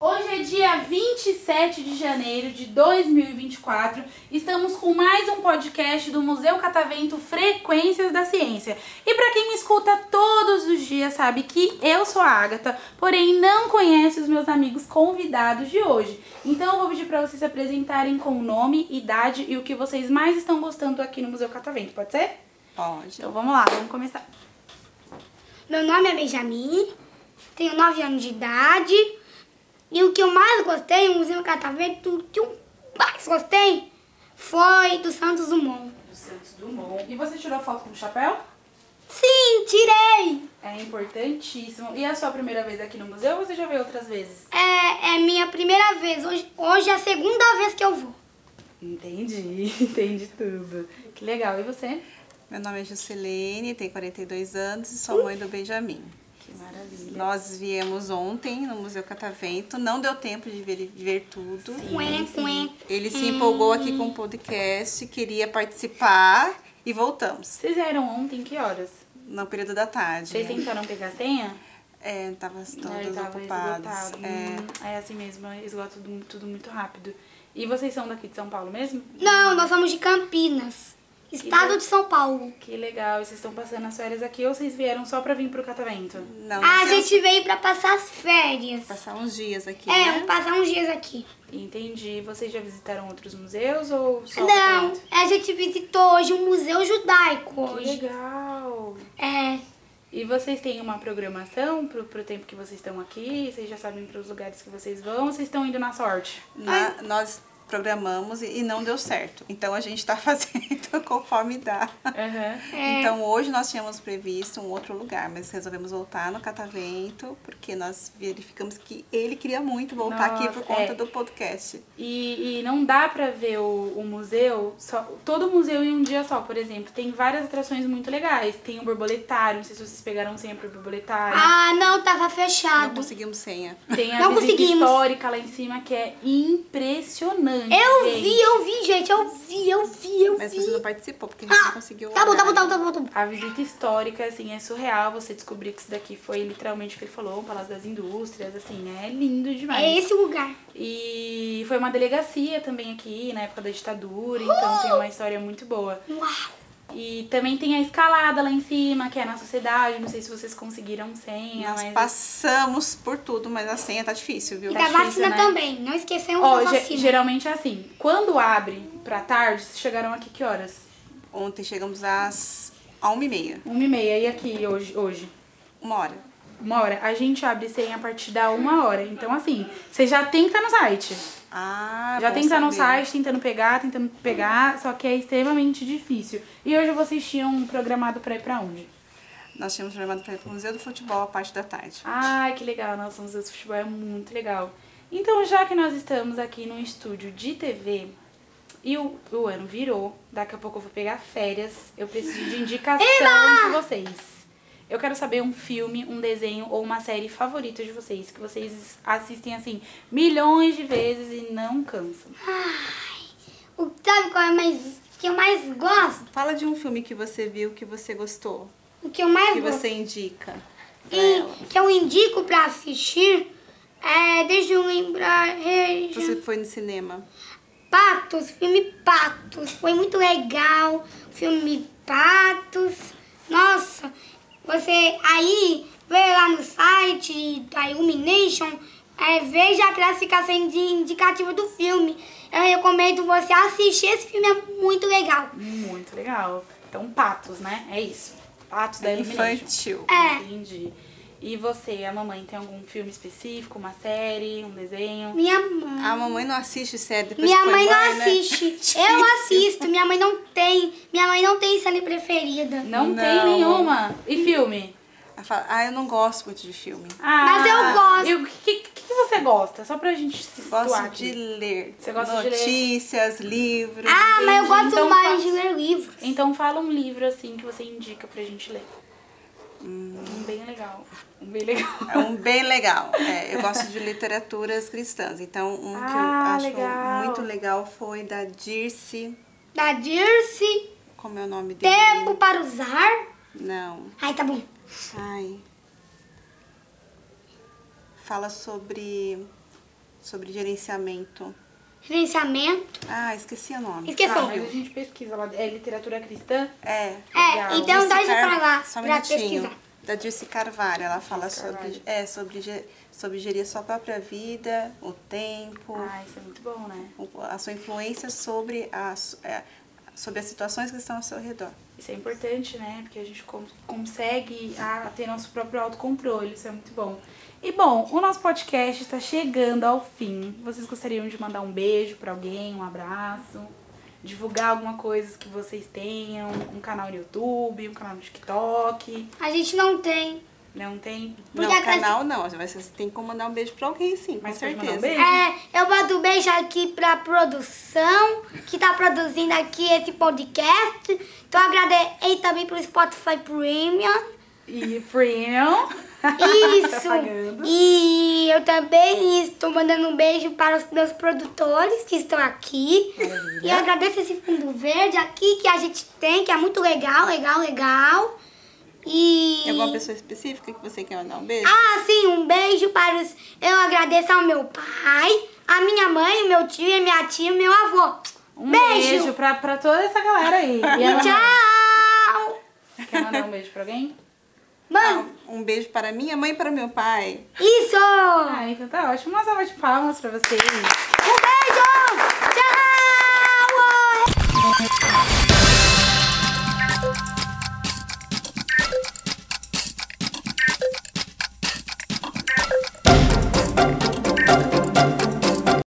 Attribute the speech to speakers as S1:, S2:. S1: Hoje é dia 27 de janeiro de 2024. Estamos com mais um podcast do Museu Catavento Frequências da Ciência. E para quem me escuta todos os dias sabe que eu sou a Agatha, porém não conhece os meus amigos convidados de hoje. Então eu vou pedir para vocês se apresentarem com o nome, idade e o que vocês mais estão gostando aqui no Museu Catavento, pode ser?
S2: Pode.
S1: Então vamos lá, vamos começar.
S3: Meu nome é Benjamin, tenho 9 anos de idade e o que eu mais gostei no Museu Catavento, o que eu mais gostei foi do Santos Dumont.
S1: Santos Dumont. E você tirou foto com o chapéu?
S3: Sim, tirei!
S1: É importantíssimo. E é a sua primeira vez aqui no museu ou você já veio outras vezes?
S3: É, é minha primeira vez, hoje, hoje é a segunda vez que eu vou.
S1: Entendi, entendi tudo. Que legal. E você?
S2: Meu nome é Juscelene, tenho 42 anos e sou mãe do Benjamin.
S1: Que maravilha.
S2: Nós viemos ontem no Museu Catavento, não deu tempo de ver, de ver tudo.
S3: Cué, cué.
S2: Ele se empolgou aqui com o podcast, queria participar e voltamos.
S1: Vocês vieram ontem, que horas?
S2: No período da tarde.
S1: Vocês tentaram pegar a senha?
S2: É, tava todos
S1: Não, tava
S2: ocupados.
S1: esgotado.
S2: É,
S1: Hum, É. assim mesmo, esgota tudo, tudo muito rápido. E vocês são daqui de São Paulo mesmo?
S3: Não, nós somos de Campinas, estado de São Paulo.
S1: Que legal. E vocês estão passando as férias aqui ou vocês vieram só pra vir pro catavento?
S2: não,
S1: Ah,
S3: A
S2: não sei,
S3: gente veio pra passar as férias.
S2: passar uns dias aqui.
S3: É,
S2: né?
S3: vamos passar uns dias aqui.
S1: Entendi. Vocês já visitaram outros museus ou só um o
S3: Não,
S1: catavento?
S3: a gente visitou hoje o Museu Judaico.
S1: Que
S3: Hoje.
S1: legal.
S3: É,
S1: E vocês têm uma programação pro, pro tempo que vocês estão aqui? Vocês já sabem para os lugares que vocês vão? ou Vocês estão indo na sorte?
S2: Na- nós programamos e e não deu certo. Então a gente tá fazendo conforme dá.
S1: Aham.
S3: É.
S2: Então hoje nós tínhamos previsto um outro lugar, mas resolvemos voltar no Catavento, porque nós verificamos que ele queria muito voltar aqui por
S1: Nossa,
S2: conta
S1: é.
S2: do podcast.
S1: E, e não dá pra ver o, o museu, só, todo museu em um dia só, por exemplo. Tem várias atrações muito legais. Tem o borboletário, não sei se vocês pegaram sempre o borboletário.
S3: Ah, não, tava
S2: Não
S3: fechado.
S2: conseguimos senha.
S1: Tem a
S3: não
S1: visita
S3: conseguimos.
S1: histórica lá em cima que é impressionante.
S3: Eu
S1: gente.
S3: vi, eu vi, gente, eu vi, eu vi, eu
S2: Mas
S3: vi.
S2: você não participou, porque a gente não conseguiu.
S3: Tá bom, tá bom, tá
S2: olhar.
S3: bom, tá bom, tá bom.
S1: A visita histórica, assim, é surreal você descobrir que isso daqui foi literalmente o que ele falou, o Palácio das Indústrias, assim, é lindo demais.
S3: É esse lugar.
S1: E foi uma delegacia também aqui, na época da ditadura, então tem uma história muito boa.
S3: Uau.
S1: E também tem a escalada lá em cima, que é na sociedade, não sei se vocês conseguiram senha,
S2: Nós
S3: é-
S1: mas...
S2: passamos por tudo, mas a senha tá difícil, viu?
S3: E
S1: Tá
S3: da
S1: difícil,
S3: vacina
S1: né?
S3: também. Não
S2: um
S3: esquecemos
S1: Ó,
S3: da
S1: ge-
S2: né?
S3: vacina.
S1: geralmente é assim, quando abre pra tarde, vocês chegaram aqui que horas?
S2: Ontem chegamos às a uma e meia,
S1: Uma e meia, e aqui hoje? hoje?
S2: uma hora.
S1: Uma hora. A gente abre senha a partir da uma hora, então assim, vocês já tem que estar no site.
S2: Ah,
S1: Já
S2: bom
S1: tenta no
S2: saber.
S1: site, tentando pegar, tentando pegar, só que é extremamente difícil. E hoje vocês tinham programado pra ir pra onde?
S2: Nós tínhamos programado para ir para o Museu do Futebol a parte da tarde.
S1: Ai, que legal, nossa, o Museu do Futebol é muito legal. Então, já que nós estamos aqui num estúdio de TV e o, o ano virou, daqui a pouco eu vou pegar férias, eu preciso de indicação de vocês. Eu quero saber um filme, um desenho ou uma série favorita de vocês, que vocês assistem, assim, milhões de vezes e não cansam.
S3: O, sabe qual é mais, o que eu mais gosto?
S2: Fala de um filme que você viu, que você gostou,
S3: O que eu mais
S2: que
S3: gosto
S2: você indica pra ela.
S3: e que eu indico pra assistir é, deixa eu lembrar, é,
S2: Você foi no cinema.
S3: Patos, filme Patos. Foi muito legal. Filme Patos. Nossa, você aí vê lá no site da Illumination, é, veja a classificação de indicativa do filme. Eu recomendo você assistir. Esse filme é muito legal.
S1: Muito legal. Então, patos, né? É isso. Patos da Illumination.
S2: Infantil.
S3: É.
S1: Entendi. E você, a mamãe, tem algum filme específico, uma série, um desenho?
S3: Minha mãe.
S2: A mamãe não assiste série depois
S3: Minha
S2: que foi
S3: mãe não
S2: embora, né?
S3: assiste. Eu assisto. Minha mãe não tem. Minha mãe não tem série preferida.
S1: Não,
S2: Não.
S1: tem nenhuma. E filme?
S2: Ela fala, ah, eu não gosto muito de filme.
S1: Ah,
S3: Mas eu gosto.
S1: E o que, que, que você gosta? Só pra gente se situar
S2: Gosto de
S1: aqui.
S2: ler
S1: Você gosta de ler?
S2: notícias, livros.
S3: Ah, mas eu
S1: Entendi.
S3: gosto
S1: Então
S3: mais
S1: fa-
S3: de ler livros.
S1: Então fala um livro, assim, que você indica pra gente ler.
S2: Hum.
S1: Um bem legal. Um bem legal.
S2: É um bem legal. É, eu gosto de literaturas cristãs. Então, um que eu
S1: Ah,
S2: acho
S1: legal.
S2: muito legal foi da Dirce.
S3: Da Dirce,
S2: Como é o nome dele?
S3: tempo para usar.
S2: Não.
S3: Ai, tá bom.
S2: Ai. Fala sobre. Sobre gerenciamento.
S3: Gerenciamento.
S2: Ah, esqueci o nome. Tá.
S3: Esqueceu.
S1: Ah, mas a gente pesquisa lá. É literatura cristã?
S2: É.
S3: É,
S1: Legal.
S3: então dá
S2: Dirce
S3: isso pra
S2: Car-
S3: lá,
S2: Só um
S3: pra
S2: minutinho.
S3: pesquisar.
S2: Da Dirce Carvalho, ela fala
S1: Dirce
S2: sobre,
S1: Carvalho.
S2: é, sobre, ge- sobre gerir a sua própria vida, o tempo,
S1: Ah, isso é muito bom, né?
S2: o- a sua influência sobre, a, su- é, sobre as situações que estão ao seu redor.
S1: Isso é importante, né? Porque a gente com- consegue ah, ter nosso próprio autocontrole, isso é muito bom. E bom, o nosso podcast está chegando ao fim. Vocês gostariam de mandar um beijo para alguém, um abraço, divulgar alguma coisa que vocês tenham, um canal no YouTube, um canal no TikTok,
S3: A gente não tem.
S1: não tem?
S3: Porque
S2: não,
S3: a classe-
S2: canal não, mas você tem como mandar um beijo pra alguém sim,
S1: Mas
S2: com
S1: pode
S2: certeza.
S1: mandar um beijo?
S3: É, eu mando um beijo aqui pra produção que tá produzindo aqui esse podcast. Então agradei também pro Spotify Premium.
S1: E Freemium?
S3: Isso!
S1: Pagando.
S3: e eu também estou mandando um beijo para os meus produtores que estão aqui. E eu agradeço esse fundo verde aqui que a gente tem, que é muito legal, legal, legal. E.
S1: É
S2: Tem alguma pessoa específica que você quer mandar um beijo?
S3: Ah, sim, um beijo para os. Eu agradeço ao meu pai, a minha mãe, o meu tio, a minha tia e o meu avô.
S1: Um beijo, pra, pra toda essa galera aí. E ela,
S3: Tchau!
S1: Quer mandar um beijo pra alguém?
S3: Mano,
S2: Um beijo para minha mãe e para meu pai.
S3: isso!
S1: Ah, então tá ótimo. Uma salva de palmas pra vocês.
S3: Um